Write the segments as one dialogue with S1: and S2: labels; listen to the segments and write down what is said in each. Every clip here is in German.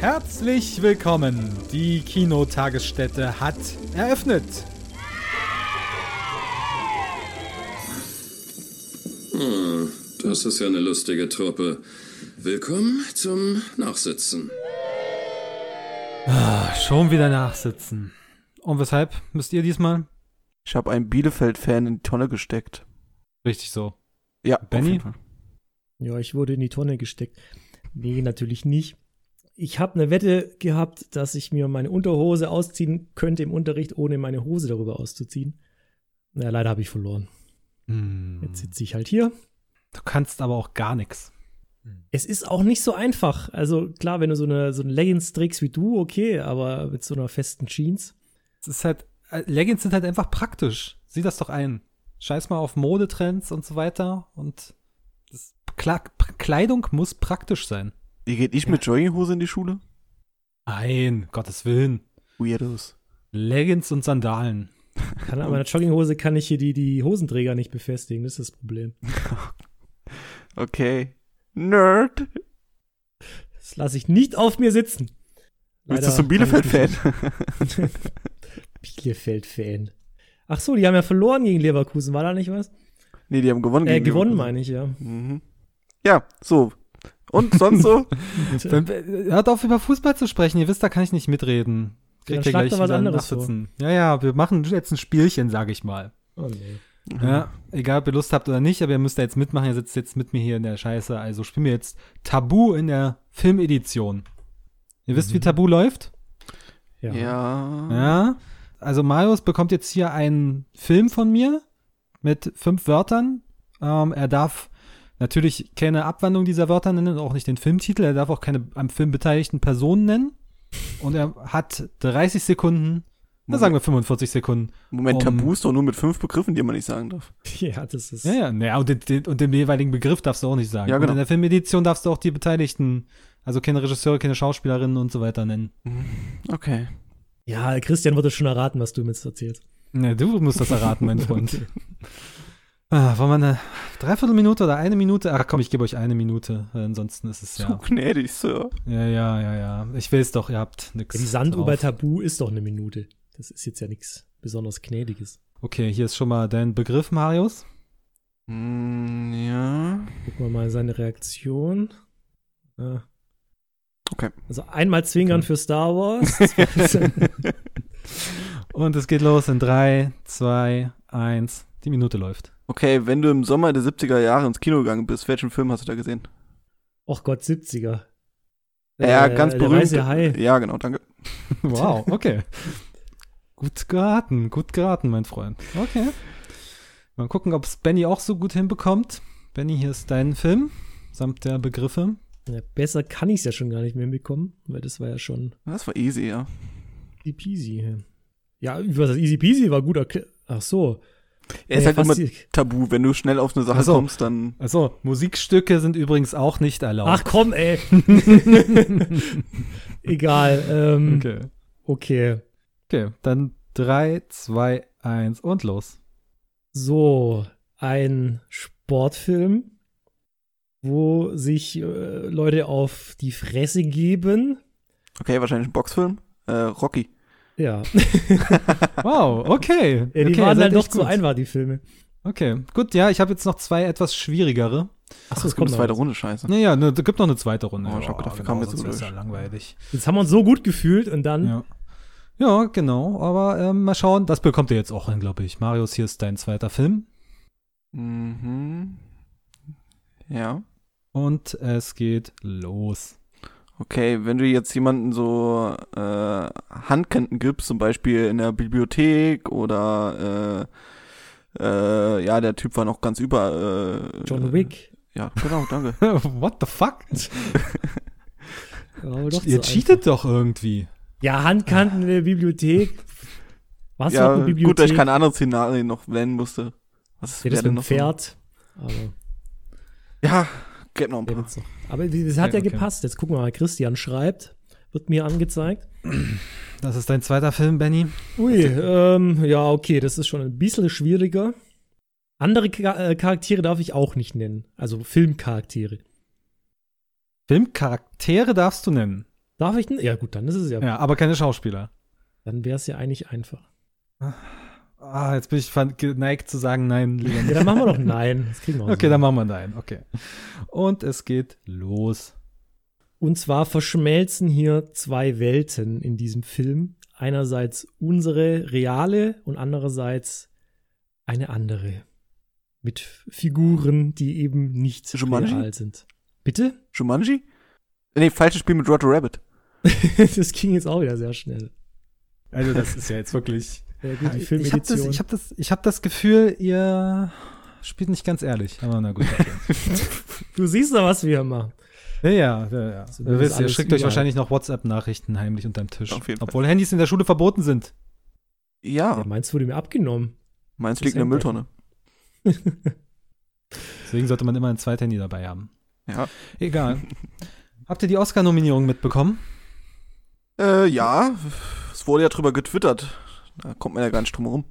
S1: Herzlich willkommen. Die Kinotagesstätte hat eröffnet.
S2: Das ist ja eine lustige Truppe. Willkommen zum Nachsitzen.
S1: Schon wieder nachsitzen. Und weshalb müsst ihr diesmal?
S3: Ich habe einen Bielefeld-Fan in die Tonne gesteckt.
S1: Richtig so.
S3: Ja,
S1: Benny?
S3: auf jeden Fall.
S4: Ja, ich wurde in die Tonne gesteckt. Nee, natürlich nicht. Ich habe eine Wette gehabt, dass ich mir meine Unterhose ausziehen könnte im Unterricht, ohne meine Hose darüber auszuziehen. Na, leider habe ich verloren. Jetzt sitze ich halt hier.
S1: Hm. Du kannst aber auch gar nichts.
S4: Es ist auch nicht so einfach. Also klar, wenn du so eine so ein Leggings trägst wie du, okay, aber mit so einer festen Jeans.
S1: Es ist halt, äh, Leggings sind halt einfach praktisch. Sieh das doch ein. Scheiß mal auf Modetrends und so weiter. Und das, Kla Kleidung muss praktisch sein.
S3: Ihr geht nicht mit Jogginghose in die Schule?
S1: Nein, Gottes Willen.
S3: Weirdos.
S1: Leggings und Sandalen.
S4: Kann, an meiner Jogginghose kann ich hier die, die Hosenträger nicht befestigen, das ist das Problem.
S3: Okay. Nerd.
S4: Das lasse ich nicht auf mir sitzen.
S3: Bist
S4: Leider
S3: du so ein Bielefeld-Fan?
S4: Bielefeld-Fan. Ach so, die haben ja verloren gegen Leverkusen, war da nicht was?
S3: nee, die haben gewonnen.
S4: Äh,
S3: gegen
S4: gewonnen
S3: Leverkusen.
S4: meine ich, ja.
S3: Mhm. Ja, so. Und sonst so?
S1: Dann, hört auf, über Fußball zu sprechen. Ihr wisst, da kann ich nicht mitreden.
S4: äh, Ja, dann
S1: ihr
S4: schlag doch was
S1: wieder einen
S4: anderes vor.
S1: Nachsitzen. Ja, ja, wir machen jetzt ein Spielchen, sage ich mal.
S4: Oh, nee.
S1: Ja, egal, ob ihr Lust habt oder nicht, aber ihr müsst da jetzt mitmachen. Ihr sitzt jetzt mit mir hier in der Scheiße. Also spielen wir jetzt Tabu in der Filmedition. Ihr
S4: Mhm.
S1: wisst, wie Tabu läuft?
S4: Ja.
S3: Ja.
S1: Ja. Also Marius bekommt jetzt hier einen Film von mir mit fünf Wörtern. Ähm, er darf natürlich keine Abwandlung dieser Wörter nennen und auch nicht den Filmtitel. Er darf auch keine am Film beteiligten Personen nennen. Und er hat 30 Sekunden,
S3: Mhm.
S1: na sagen wir 45 Sekunden.
S3: Moment,
S1: Um.
S3: Tabu ist doch nur mit fünf Begriffen, die man nicht sagen darf.
S4: ja, das ist.
S1: Ja, ja, naja, und, den, den, und den jeweiligen Begriff darfst du auch nicht sagen.
S3: Ja, genau.
S1: Und in der Filmedition darfst du auch die Beteiligten, also keine Regisseure, keine Schauspielerinnen und so weiter nennen.
S3: Okay.
S4: Ja, Christian wird es schon erraten, was du mir jetzt erzählst.
S1: Na, Ne, du musst das erraten, mein Freund. Ah, wollen wir eine Dreiviertelminute oder eine Minute? Ach komm, ich gebe euch eine Minute. äh, Ansonsten ist es
S3: So
S1: ja.
S3: gnädig, Sir.
S1: Ja, ja, ja, ja. Ich will es doch, ihr habt nichts.
S4: Ja, die Sanduhr bei
S1: drauf.
S4: Tabu ist doch eine Minute. Das ist jetzt ja nichts besonders Gnädiges.
S1: Okay, hier ist schon mal dein Begriff, Marius.
S3: Mm, ja.
S4: Gucken wir mal seine Reaktion. Ja.
S3: Okay.
S4: Also einmal zwingern für Star Wars.
S1: Und es geht los in drei, zwei, eins. Die Minute läuft.
S3: Okay, wenn du im Sommer der 70er Jahre ins Kino gegangen bist, welchen Film hast du da gesehen?
S4: Och Gott, 70er.
S3: Ja, ganz
S4: Äh, Der
S3: berühmt.
S4: weiße Hai.
S3: Ja, genau, danke.
S1: Wow, okay. gut geraten, gut geraten, mein Freund. Okay. Mal gucken, ob es Benny auch so gut hinbekommt. Benny, hier ist dein Film samt der Begriffe.
S4: Ja, besser kann ich es ja schon gar nicht mehr hinbekommen, weil das war ja schon
S3: Das war easy, ja.
S4: easy peasy. Ja, was das easy peasy war gut erklärt. Ach so.
S3: Er ist
S4: Ja,
S3: halt immer
S4: fast die-
S3: tabu. Wenn du schnell auf eine Sache
S1: Ach so.
S3: kommst, dann.
S1: Also, Musikstücke sind übrigens auch nicht erlaubt.
S4: Ach komm, ey. Egal. Ähm, okay.
S1: okay. Okay, dann 3, 2, 1 und los.
S4: So, ein Sportfilm, wo sich äh, Leute auf die Fresse geben.
S3: Okay, wahrscheinlich ein Boxfilm. Äh, Rocky.
S4: Ja,
S1: Wow, okay.
S4: ja die
S1: okay,
S4: waren
S1: seid
S4: dann
S1: echt
S4: doch zu
S1: gut.
S4: einfach, die Filme.
S1: Okay, gut, ja, ich habe jetzt noch zwei etwas schwierigere.
S4: Achso,
S3: Das gibt eine zweite Runde, scheiße.
S1: Naja, ne, da gibt noch eine zweite Runde.
S3: Oh, ich hab gedacht, wir kamen jetzt so
S1: sonst wär's
S3: durch.
S1: ja langweilig.
S4: Jetzt haben wir uns so gut gefühlt und dann.
S1: Ja. Ja, genau. Aber ähm, mal schauen, das bekommt ihr jetzt auch hin, glaube ich. Marius, hier ist dein zweiter Film.
S3: Mhm. Ja.
S1: Und es geht los.
S3: Okay, wenn du jetzt jemanden so äh, Handkanten gibst, zum Beispiel in der Bibliothek oder äh, äh, ja, der Typ war noch ganz über. Äh,
S4: John Wick.
S3: Ja, genau, danke.
S1: What the fuck?
S4: Ja, doch
S1: ihr
S4: so
S1: cheatet doch irgendwie.
S4: einfach. Ja, Handkanten in der Bibliothek. Was hat
S3: ja,
S4: eine Bibliothek?
S3: gut, dass ich keine anderen Szenarien noch nennen musste. Was
S4: ja,
S3: wäre
S4: das mit
S3: denn
S4: dem
S3: noch so?
S4: Pferd. Aber,
S3: Ja, geht noch ein
S4: der
S3: paar.
S4: wird's noch. aber das hat
S1: Okay,
S4: ja
S1: okay.
S4: gepasst. Jetzt gucken wir mal. Christian schreibt, wird mir angezeigt. Also,
S1: Das ist dein zweiter Film, Benny.
S4: Ui, ähm, ja, okay, das ist schon ein bisschen schwieriger. Andere Cha- äh, Charaktere darf ich auch nicht nennen. Also Filmcharaktere.
S1: Filmcharaktere darfst du nennen.
S4: Darf ich denn? Ja, gut, dann ist es ja.
S1: Ja, aber keine Schauspieler.
S4: Dann wäre es ja eigentlich einfach.
S1: Ah, jetzt bin ich ver- geneigt zu sagen, nein, lieber
S4: Ja,
S1: nicht.
S4: dann machen wir doch Nein. Das kriegen wir auch
S1: Okay,
S4: so.
S1: dann machen wir nein. Okay. Und es geht los.
S4: Und zwar verschmelzen hier zwei Welten in diesem Film. Einerseits unsere reale und andererseits eine andere. Mit Figuren, die eben nicht
S3: Jumanji?
S4: real sind. Bitte?
S3: Jumanji? Nee, falsches Spiel mit Roger Rabbit.
S4: das ging jetzt auch wieder sehr schnell.
S1: Also, das ist ja jetzt wirklich.
S4: Ja, gut, die
S1: Ich, ich habe das,
S4: Filmedition.
S1: ich hab das, ich hab das Gefühl, ihr spielt nicht ganz ehrlich. Aber na gut. Okay.
S4: du siehst doch, was wir hier machen.
S1: ja, ja, ja. ja.
S4: So,
S1: Ihr,
S4: das ist
S1: wisst, ihr
S4: alles
S1: schickt euch
S4: überall.
S1: wahrscheinlich noch WhatsApp-Nachrichten heimlich unterm Tisch.
S3: Auf jeden Fall.
S1: obwohl Handys in der Schule verboten sind.
S4: Ja,
S1: Ah.
S3: Ja,
S4: meins wurde mir abgenommen.
S3: meins liegt in der Mülltonne.
S1: Deswegen sollte man immer ein zweites Handy dabei haben.
S3: Ja.
S1: Egal. Habt ihr die Oscar-Nominierung mitbekommen?
S3: Äh, ja, es wurde ja drüber getwittert. Da kommt man ja gar nicht drum herum.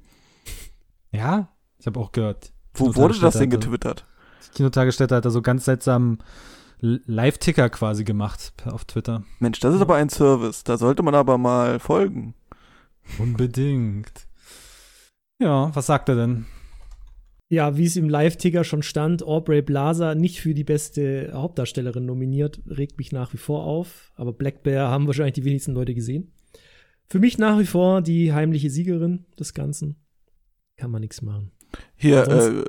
S1: Ja, ich habe auch gehört.
S3: Wo
S1: Total
S3: wurde das denn
S1: getwittert.
S3: getwittert?
S1: Kinotagesstätte hat da so ganz seltsamen L- Live-Ticker quasi gemacht per- auf Twitter.
S3: Mensch, das ist aber ein Service. Da sollte man aber mal folgen.
S1: Unbedingt. Ja, was sagt er denn?
S4: Ja, wie es im Live-Ticker schon stand, Aubrey Plaza nicht für die beste Hauptdarstellerin nominiert, regt mich nach wie vor auf. Aber Black Bear haben wahrscheinlich die wenigsten Leute gesehen. Für mich nach wie vor die heimliche Siegerin des Ganzen. Kann man nichts machen.
S3: Hier, äh,
S4: Ansonsten-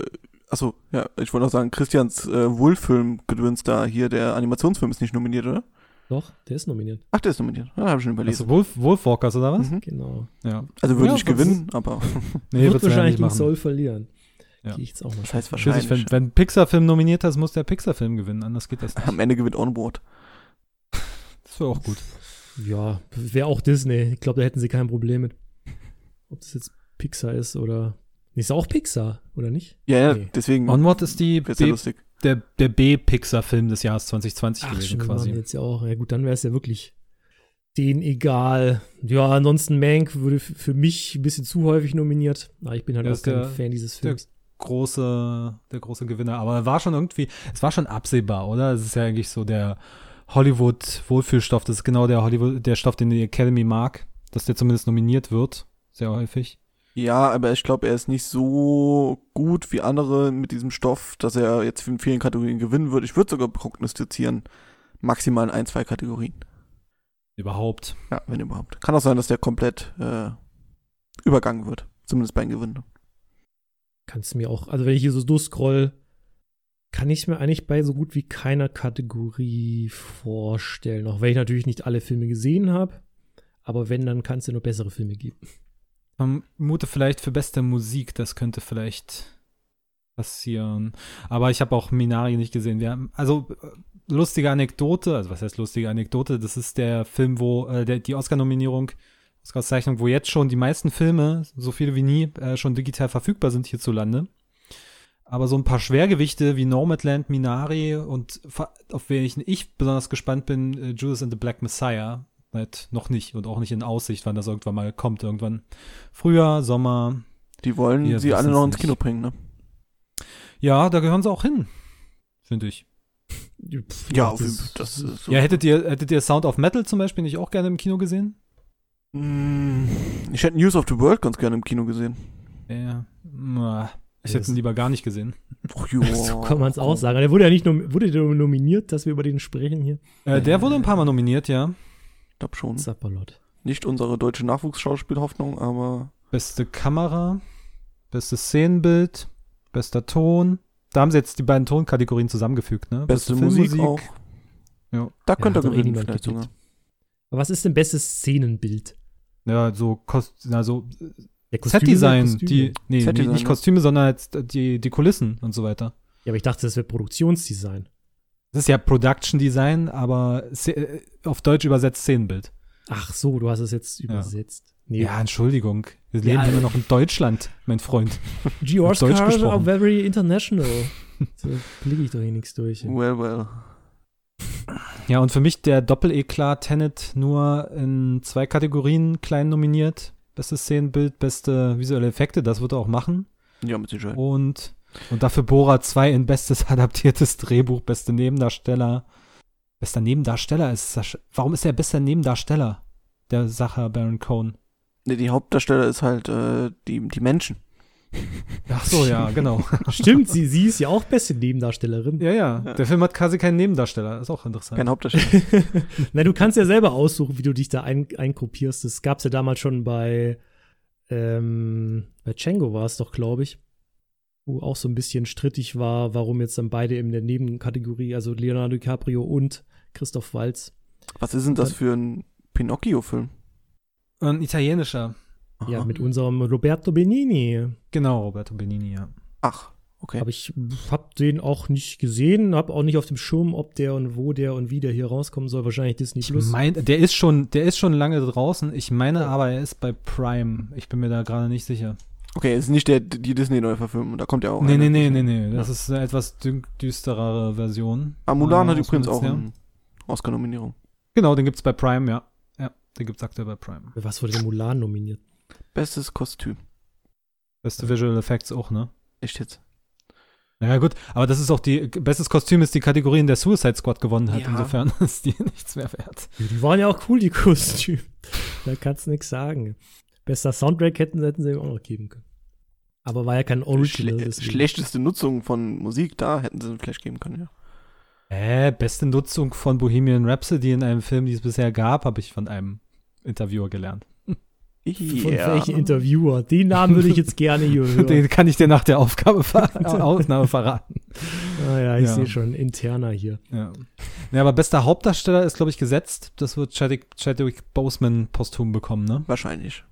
S3: achso, ja, ich wollte noch sagen, Christians äh, Wohlfilm-Gedöns da, hier, der Animationsfilm ist nicht nominiert, oder?
S4: Doch, der ist nominiert.
S3: Ach, der ist nominiert. Ah, habe ich schon überlesen.
S1: Also Wolf, Wolfwalkers oder was?
S3: Mhm.
S4: Genau.
S1: Ja.
S3: Also würde
S1: Ja,
S3: ich
S1: was-
S3: gewinnen, aber
S1: Nee,
S4: Wird
S1: wird's leider
S4: wahrscheinlich
S1: nicht
S4: gegen
S1: machen.
S4: Soul verlieren.
S1: Ja.
S4: Gehe ich jetzt auch mal.
S3: das heißt
S1: Schließlich, wenn,
S3: wahrscheinlich.
S1: wenn ein Pixar-Film nominiert ist, muss der Pixar-Film gewinnen, anders geht das nicht.
S3: Am Ende gewinnt Onward.
S1: Das wäre auch gut.
S4: Ja, wäre auch Disney. Ich glaube, da hätten sie kein Problem mit. Ob das jetzt Pixar ist oder. Nee, ist auch Pixar, oder nicht?
S3: Ja, ja,
S4: Nee.
S3: deswegen
S1: Onward ist die
S3: wird's ja
S1: B,
S3: lustig.
S1: der, der B-Pixar-Film des Jahres 2020 gewesen
S4: wir
S1: quasi.
S4: machen jetzt ja auch. Ja, gut, dann wäre es ja wirklich den egal. Ja, ansonsten Mank würde f- für mich ein bisschen zu häufig nominiert. Aber ich bin halt
S1: Ja,
S4: auch
S1: ist
S4: kein
S1: der-
S4: Fan dieses
S1: der-
S4: Films.
S1: große, der große Gewinner. Aber er war schon irgendwie, es war schon absehbar, oder? Es ist ja eigentlich so der Hollywood-Wohlfühlstoff. Das ist genau der Hollywood, der Stoff, den die Academy mag, dass der zumindest nominiert wird, sehr häufig.
S3: Ja, aber ich glaube, er ist nicht so gut wie andere mit diesem Stoff, dass er jetzt in vielen Kategorien gewinnen wird. Ich würde sogar prognostizieren, maximal in ein, zwei Kategorien.
S1: Überhaupt.
S3: Ja, wenn überhaupt. Kann auch sein, dass der komplett äh, übergangen wird. Zumindest bei den Gewinnen.
S4: Kannst mir auch, also wenn ich hier so durchscroll, kann ich mir eigentlich bei so gut wie keiner Kategorie vorstellen. Auch wenn ich natürlich nicht alle Filme gesehen habe. Aber wenn, dann kann es ja nur bessere Filme geben.
S1: Mute vielleicht für beste Musik, das könnte vielleicht passieren. Aber ich habe auch Minari nicht gesehen. Wir haben, also äh, lustige Anekdote, also was heißt lustige Anekdote? Das ist der Film, wo äh, der, die Oscar-Nominierung, Oscar-Zeichnung, wo jetzt schon die meisten Filme, so viele wie nie, äh, schon digital verfügbar sind hierzulande. Aber so ein paar Schwergewichte wie Nomadland, Minari und fa- auf welchen ich besonders gespannt bin, äh, Judas and the Black Messiah, halt noch nicht und auch nicht in Aussicht, wann das irgendwann mal kommt. Irgendwann Frühjahr, Sommer.
S3: Die wollen
S1: Wir
S3: sie alle
S1: wissen's
S3: noch ins
S1: nicht.
S3: Kino bringen, ne?
S1: Ja, da gehören sie auch hin, finde ich.
S4: Pff,
S3: das ist so.
S1: Ja, hättet ihr, hättet ihr Sound of Metal zum Beispiel nicht auch gerne im Kino gesehen?
S3: Mm, Ich hätte News of the World ganz gerne im Kino gesehen.
S1: Ja. na, Ich hätte
S4: Yes.
S1: ihn lieber gar nicht gesehen.
S3: Och,
S4: So kann man es auch sagen. Der wurde ja nicht nom wurde der nominiert, dass wir über den sprechen hier.
S1: Äh, der wurde ein paar Mal nominiert, ja.
S3: Ich glaube
S1: Hm.
S3: schon.
S4: Zapperlot.
S3: Nicht unsere deutsche Nachwuchsschauspielhoffnung, aber
S1: Beste Kamera, bestes Szenenbild, bester Ton. Da haben sie jetzt die beiden Tonkategorien zusammengefügt, ne?
S3: beste Musik auch.
S1: Ja.
S3: Da könnte
S4: hat
S3: er
S4: doch eh
S3: gewinnen,
S4: niemand
S3: vielleicht
S4: getippt.
S3: sogar.
S4: Aber was ist denn bestes Szenenbild?
S1: Ja, so, Kost, na, so
S4: Der
S1: Set-Design,
S4: Kostüme?
S1: die, nee,
S3: Set-Design,
S1: nicht
S3: ne?
S1: Kostüme, sondern jetzt die, die Kulissen und so weiter.
S4: Ja, aber ich dachte, das wäre Produktionsdesign.
S1: Das ist ja Production Design, aber Sze- äh, auf Deutsch übersetzt Szenenbild.
S4: Ach so, du hast es jetzt übersetzt. Nee,
S1: Ja, also Entschuldigung. Wir
S4: Ja.
S1: leben immer noch in Deutschland, mein Freund.
S4: die
S1: auf Deutsch
S4: Oscars are
S1: gesprochen.
S4: very international. so blicke ich doch hier nichts durch.
S3: Well, well.
S1: Ja, und für mich der Doppel-E-Klar Tenet nur in zwei Kategorien klein nominiert. Bestes Szenenbild, beste visuelle Effekte, das wird er auch machen.
S3: Ja, mit Sicherheit.
S1: Und Und dafür Bora 2 in bestes adaptiertes Drehbuch, beste Nebendarsteller. Bester Nebendarsteller ist Sascha. Warum ist er bester Nebendarsteller? Der Sacher Baron Cohen.
S3: Nee, die Hauptdarsteller ist halt äh, die, die Menschen.
S1: Ach so, ja, genau.
S4: Stimmt, sie, sie ist ja auch beste Nebendarstellerin.
S1: ja, ja. Der Film hat quasi keinen Nebendarsteller. Ist auch interessant.
S3: Kein Hauptdarsteller.
S4: Na, du kannst ja selber aussuchen, wie du dich da ein, einkopierst. Das gab es ja damals schon bei, ähm, bei Django war es doch, glaube ich. Wo auch so ein bisschen strittig war, warum jetzt dann beide in der Nebenkategorie, also Leonardo DiCaprio und Christoph Walz.
S3: Was ist denn das für ein Pinocchio-Film? Genau.
S1: Ein italienischer.
S4: Ja,
S3: Aha.
S4: mit unserem Roberto Benini.
S1: Genau, Roberto Benini, ja.
S3: Ach, okay.
S4: Aber ich hab den auch nicht gesehen, hab auch nicht auf dem Schirm, ob der und wo der und wie der hier rauskommen soll. Wahrscheinlich Disney
S1: Ich
S4: Plus.
S1: mein, der ist schon, der ist schon lange draußen. Ich meine aber, er ist bei Prime. Ich bin mir da gerade nicht sicher.
S3: Okay, ist nicht der, die Disney-Neuverfilmung, da kommt ja auch ne?
S1: Nee,
S3: eine.
S1: nee, nee, nee, nee. Das ist eine etwas dün- düsterere Version.
S3: Ah, Mulan hat
S1: Äh,
S3: übrigens auch
S1: ja.
S3: eine Oscar-Nominierung.
S1: Genau, den gibt's bei Prime, ja. Ja, den gibt's aktuell bei Prime.
S4: Für Was wurde denn Mulan nominiert?
S3: Bestes Kostüm.
S1: Beste Visual Effects auch, ne?
S3: Echt jetzt.
S1: Naja, gut, aber das ist auch die, bestes Kostüm ist die Kategorie, in der Suicide Squad gewonnen hat.
S3: Ja.
S1: Insofern ist die nichts mehr wert.
S4: Ja, Die waren ja auch cool, die Kostüme. Da kannst du nichts sagen. Bester Soundtrack hätten, hätten sie ihm auch noch geben können. Aber war ja kein Original.
S3: Schle
S4: deswegen.
S3: schlechteste Nutzung von Musik, da hätten sie einen Flash geben können, ja.
S1: Äh, beste Nutzung von Bohemian Rhapsody in einem Film, die es bisher gab, habe ich von einem Interviewer gelernt.
S4: Von welchen Interviewer? Den Namen würde ich jetzt gerne hier hören.
S1: Den kann ich dir nach der Aufgabe ver Aufnahme verraten.
S4: ah, ja, ich
S1: Ja.
S4: sehe schon, interner hier.
S1: Ja. ja, aber bester Hauptdarsteller ist, glaube ich, gesetzt. Das wird Chadwick, Chadwick Boseman posthum bekommen, ne?
S3: Wahrscheinlich.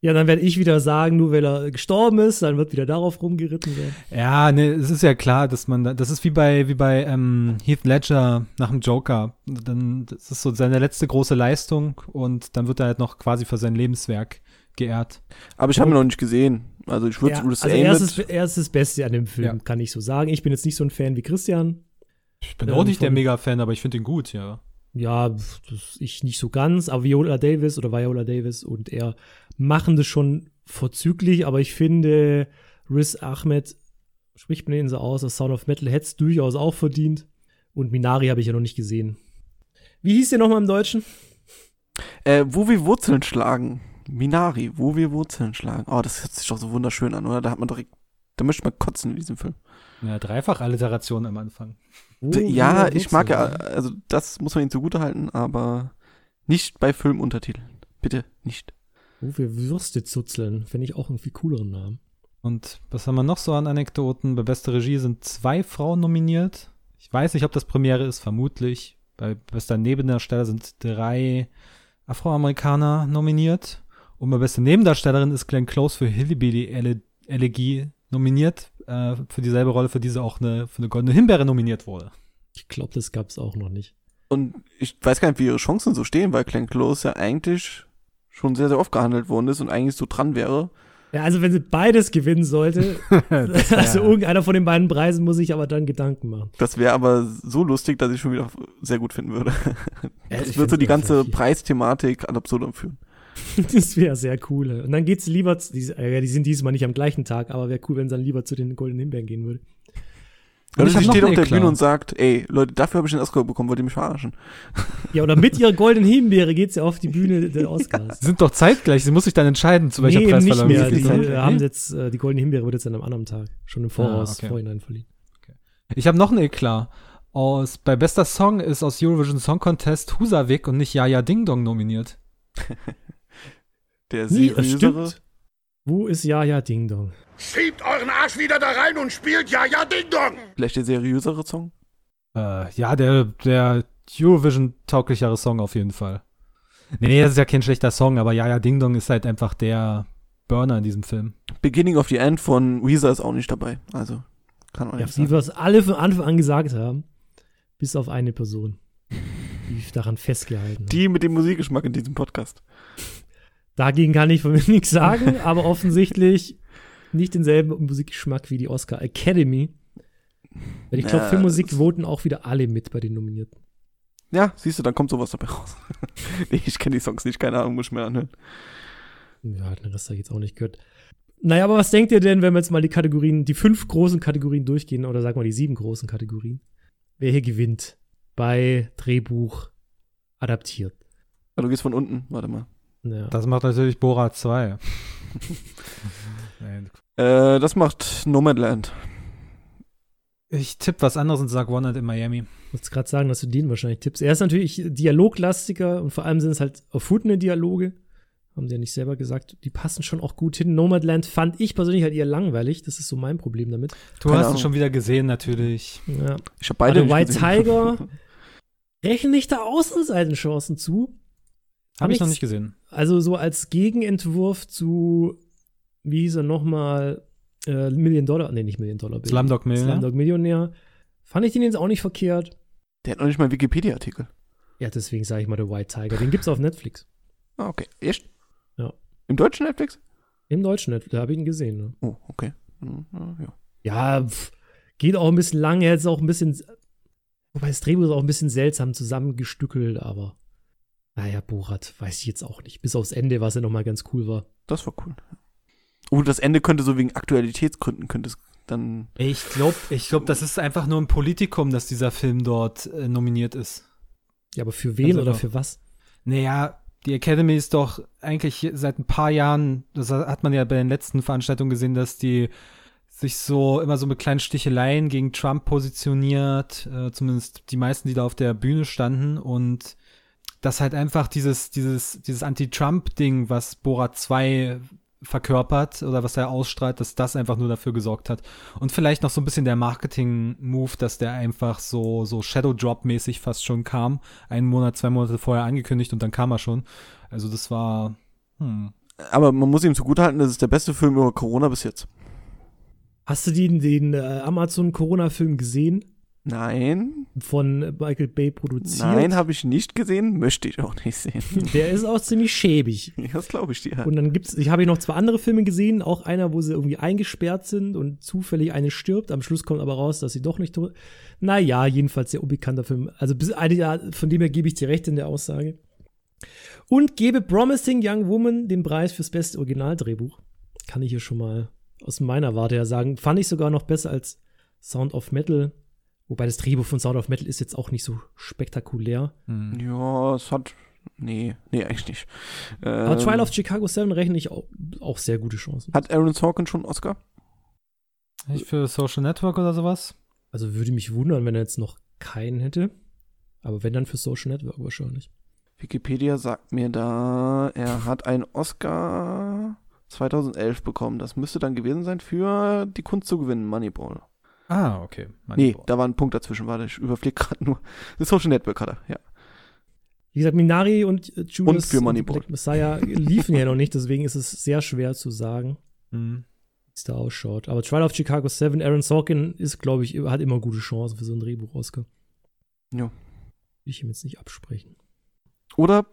S4: Ja, dann werde ich wieder sagen, nur weil er gestorben ist, dann wird wieder darauf rumgeritten werden.
S1: Ja, ne, es ist ja klar, dass man da, das ist wie bei, wie bei ähm, Heath Ledger nach dem Joker. Dann, das ist so seine letzte große Leistung und dann wird er halt noch quasi für sein Lebenswerk geehrt.
S3: Aber ich habe ihn noch nicht gesehen. Also ich würde
S4: Ja,
S3: Riss
S4: also er
S3: Ahmed-
S4: ist, das, er ist das Beste an dem Film,
S1: Ja.
S4: kann ich so sagen. Ich bin jetzt nicht so ein Fan wie Christian.
S1: Ich bin
S4: Ähm,
S1: auch nicht der
S4: von-
S1: Mega-Fan, aber ich finde ihn gut, ja.
S4: Ja, pf, das, ich nicht so ganz, aber Viola Davis oder Viola Davis und er machen das schon vorzüglich, aber ich finde, Riz Ahmed, spricht man den so aus, aus Sound of Metal, hätte es durchaus auch verdient. Und Minari habe ich ja noch nicht gesehen. Wie hieß der nochmal im Deutschen?
S3: Äh, wo wir Wurzeln schlagen. Minari, wo wir Wurzeln schlagen. Oh, das hört sich doch so wunderschön an, oder? Da hat man direkt. Da möchte man kotzen in diesem Film.
S1: Ja, dreifach Alliteration am Anfang.
S4: Wo-
S3: D- ja,
S4: wo-
S3: ich mag ja, also das muss man ihm zugutehalten, aber nicht bei Filmuntertiteln. Bitte nicht.
S4: Wo wir Würste zuzeln, finde ich auch einen viel cooleren Namen.
S1: Und was haben wir noch so an Anekdoten? Bei bester Regie sind zwei Frauen nominiert. Ich weiß nicht, ob das Premiere ist, vermutlich. Bei bester Nebendarsteller sind drei Afroamerikaner nominiert. Und bei bester Nebendarstellerin ist Glenn Close für Hillybilly Ele- Elegie nominiert. Äh, für dieselbe Rolle, für die sie auch eine, für eine goldene Himbeere nominiert wurde.
S4: Ich glaube, das gab es auch noch nicht.
S3: Und ich weiß gar nicht, wie ihre Chancen so stehen, weil Glenn Close ja eigentlich schon sehr, sehr oft gehandelt worden ist und eigentlich so dran wäre.
S4: Ja, also wenn sie beides gewinnen sollte, also irgendeiner von den beiden Preisen muss ich aber dann Gedanken machen.
S3: Das wäre aber so lustig, dass ich schon wieder sehr gut finden würde.
S4: Also
S3: Das würde so die ganze Preisthematik ad absurdum führen.
S4: Das wäre sehr cool. Und dann geht's lieber, zu, die, äh, ja, die sind diesmal nicht am gleichen Tag, aber wäre cool, wenn es dann lieber zu den Goldenen Himbeeren gehen würde.
S1: Und
S3: Und
S1: ich hab
S3: sie
S1: noch
S3: steht auf
S1: einen
S3: der
S1: Eklat.
S3: Bühne und sagt, ey, Leute, dafür habe ich den Oscar bekommen, wollt ihr mich verarschen?
S4: Ja, oder mit ihrer Goldenen Himbeere geht's ja auf die Bühne der Oscars.
S1: Sie sind doch zeitgleich. Sie muss sich dann entscheiden, zu welcher
S4: nee, eben nicht
S1: Preisverleihung
S4: mehr.
S1: sie
S4: Die
S1: geht.
S3: Zeit.
S4: äh, haben jetzt, äh, die Goldene Himbeere wird jetzt an einem anderen Tag, schon im Voraus,
S1: Ah, okay.
S4: vorhinein verliehen.
S1: Ich habe noch einen Eklat. Aus, bei bester Song ist aus Eurovision Song Contest Husavik und nicht Jaja Ding Dong nominiert.
S3: Der
S4: Nee, das
S3: seriösere.
S4: stimmt. Wo ist Ja, ja, Ding Dong?
S5: Schiebt euren Arsch wieder da rein und spielt ja ja Ding Dong.
S3: Vielleicht der seriösere Song?
S1: Äh, ja, der, der Eurovision-tauglichere Song auf jeden Fall. Nee, nee, das ist ja kein schlechter Song, aber Jaja Ding Dong ist halt einfach der Burner in diesem Film.
S3: Beginning of the End von Weezer ist auch nicht dabei. Also, kann auch
S4: Ja,
S3: nicht
S4: wie
S3: sein.
S4: wir es alle von Anfang an gesagt haben, bis auf eine Person, die daran festgehalten hat.
S3: Die mit dem Musikgeschmack in diesem Podcast.
S4: Dagegen kann ich von mir nichts sagen, aber offensichtlich nicht denselben Musikgeschmack wie die Oscar Academy. Weil ich glaube,
S3: Ja,
S4: für Musik
S3: es-
S4: voten auch wieder alle mit bei den Nominierten.
S3: Ja, siehst du, dann kommt sowas dabei raus. nee, ich kenne die Songs nicht, keine Ahnung, muss ich mir anhören.
S4: Ja, den Rest habe ich jetzt auch nicht gehört. Naja, aber was denkt ihr denn, wenn wir jetzt mal die Kategorien, die fünf großen Kategorien durchgehen oder sagen wir die sieben großen Kategorien? Wer hier gewinnt bei Drehbuch adaptiert?
S3: Ah, du gehst von unten, warte mal.
S4: Ja.
S1: Das macht natürlich Borat 2. Nein.
S3: Äh, das macht Nomadland.
S1: ich tippe was anderes und sag One Night in Miami.
S4: Ich wollte gerade sagen, dass du den wahrscheinlich tippst. Er ist natürlich dialoglastiger und vor allem sind es halt erfundene Dialoge. Haben sie ja nicht selber gesagt. Die passen schon auch gut hin. Nomadland fand ich persönlich halt eher langweilig. Das ist so mein Problem damit.
S1: Du
S3: Keine
S1: hast
S3: Ahnung.
S1: ihn schon wieder gesehen, natürlich.
S4: Ja.
S3: Ich habe beide
S4: Also White
S3: gesehen.
S4: Tiger- Rechne ich da Außenseitenchancen zu?
S1: Habe ich noch
S4: Nichts.
S1: nicht gesehen.
S4: Also so als Gegenentwurf zu, wie hieß er nochmal, äh, Million Dollar, nee, nicht Million Dollar, Bill.
S1: Slumdog Millionaire.
S4: Slumdog Millionär. Fand ich den jetzt auch nicht verkehrt.
S3: Der hat noch nicht mal einen Wikipedia-Artikel.
S4: Ja, deswegen sage ich mal The White Tiger. Den gibt's auf Netflix.
S3: Ah, okay. Echt?
S4: Ja.
S3: Im deutschen Netflix?
S4: Im deutschen Netflix, da habe ich ihn gesehen. Ne?
S3: Oh, okay. Hm, ah, ja.
S4: Ja, pf, geht auch ein bisschen lang, er ist auch ein bisschen, wobei das Drehbuch ist auch ein bisschen seltsam zusammengestückelt, aber naja, Borat weiß ich jetzt auch nicht. Bis aufs Ende, was ja nochmal ganz cool war.
S3: Das war cool. Oh, das Ende könnte so wegen Aktualitätsgründen könnte es dann.
S1: Ich glaube, ich glaub, das ist einfach nur ein Politikum, dass dieser Film dort äh, nominiert ist.
S4: Ja, aber für wen
S1: Ganz
S4: oder
S1: einfach.
S4: für was?
S1: Naja, die Academy ist doch eigentlich seit ein paar Jahren, das hat man ja bei den letzten Veranstaltungen gesehen, dass die sich so immer so mit kleinen Sticheleien gegen Trump positioniert, äh, zumindest die meisten, die da auf der Bühne standen und das halt einfach dieses, dieses, dieses Anti-Trump-Ding, was Borat 2 verkörpert oder was er ausstrahlt, dass das einfach nur dafür gesorgt hat. Und vielleicht noch so ein bisschen der Marketing-Move, dass der einfach so, so Shadow-Drop-mäßig fast schon kam. Einen Monat, zwei Monate vorher angekündigt und dann kam er schon. Also das war, hm.
S3: Aber man muss ihm zugutehalten, das ist der beste Film über Corona bis jetzt.
S4: Hast du den, den äh, Amazon-Corona-Film gesehen?
S3: Nein.
S4: Von Michael Bay produziert?
S3: Nein, habe ich nicht gesehen, möchte ich auch nicht sehen.
S4: Der ist auch ziemlich schäbig.
S3: das glaube ich dir.
S4: Und dann gibt's, ich habe hier noch zwei andere Filme gesehen, auch einer, wo sie irgendwie eingesperrt sind und zufällig eine stirbt. Am Schluss kommt aber raus, dass sie doch nicht tot. Naja, jedenfalls sehr unbekannter Film. Also bis, eine- ja, von dem her gebe ich dir recht in der Aussage. Und gebe Promising Young Woman den Preis fürs beste Originaldrehbuch. Kann ich hier schon mal aus meiner Warte her sagen. Fand ich sogar noch besser als Sound of Metal. Wobei das Drehbuch von Sound of Metal ist jetzt auch nicht so spektakulär.
S1: hm.
S3: Ja, es hat. Nee, nee, eigentlich nicht.
S4: Aber
S3: Ähm,
S4: Trial of Chicago 7 rechne ich auch, auch sehr gute Chancen.
S3: hat Aaron Sorkin schon einen Oscar?
S1: Nicht für Social Network oder sowas?
S4: Also würde mich wundern, wenn er jetzt noch keinen hätte. Aber wenn dann für Social Network wahrscheinlich.
S3: Wikipedia sagt mir da, er hat einen Oscar 2011 bekommen. Das müsste dann gewesen sein für die Kunst zu gewinnen, Moneyball.
S1: Ah, okay. Meine
S3: Nee,
S1: Frau.
S3: da war ein Punkt dazwischen, warte, ich überflieg gerade nur. Das Social Network hat er, ja.
S4: Wie gesagt, Minari und äh, Judas
S3: Und für Moneyball.
S4: Black Messiah liefen ja noch nicht, deswegen ist es sehr schwer zu sagen,
S1: Hm.
S4: wie es da ausschaut. Aber Trial of Chicago 7, Aaron Sorkin ist, glaube ich, hat immer gute Chancen für so ein Drehbuch Oscar.
S3: Ja.
S4: Will ich ihm jetzt nicht absprechen.
S3: Oder,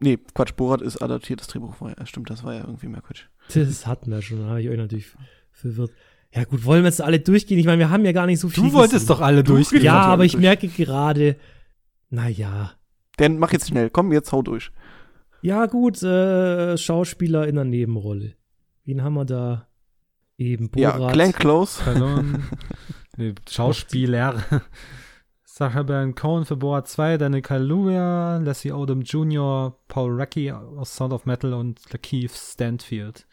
S3: nee, Quatsch, Borat ist adaptiert, das Drehbuch war ja, äh, stimmt, das war ja irgendwie mehr Quatsch.
S4: Das hatten wir schon, da habe ich euch natürlich verwirrt. Ja gut, wollen wir jetzt alle durchgehen? Ich meine, wir haben ja gar nicht so viel
S1: Du wolltest
S4: gesehen.
S1: doch alle
S3: Du-
S1: durchgehen.
S4: Ja, aber ich
S3: Durch.
S4: merke gerade, naja,
S3: Dann mach jetzt schnell, komm, jetzt hau durch.
S4: Ja, gut, äh, Schauspieler in einer Nebenrolle. Wen haben wir da? Eben Borat.
S3: Ja, Glenn Close.
S1: Stallone, nee, Schauspieler. Sacha Baron Cohen für Borat 2, Daniel Kaluuya, Leslie Odom Jr., Paul Racky aus Sound of Metal und Lakeith Stanfield.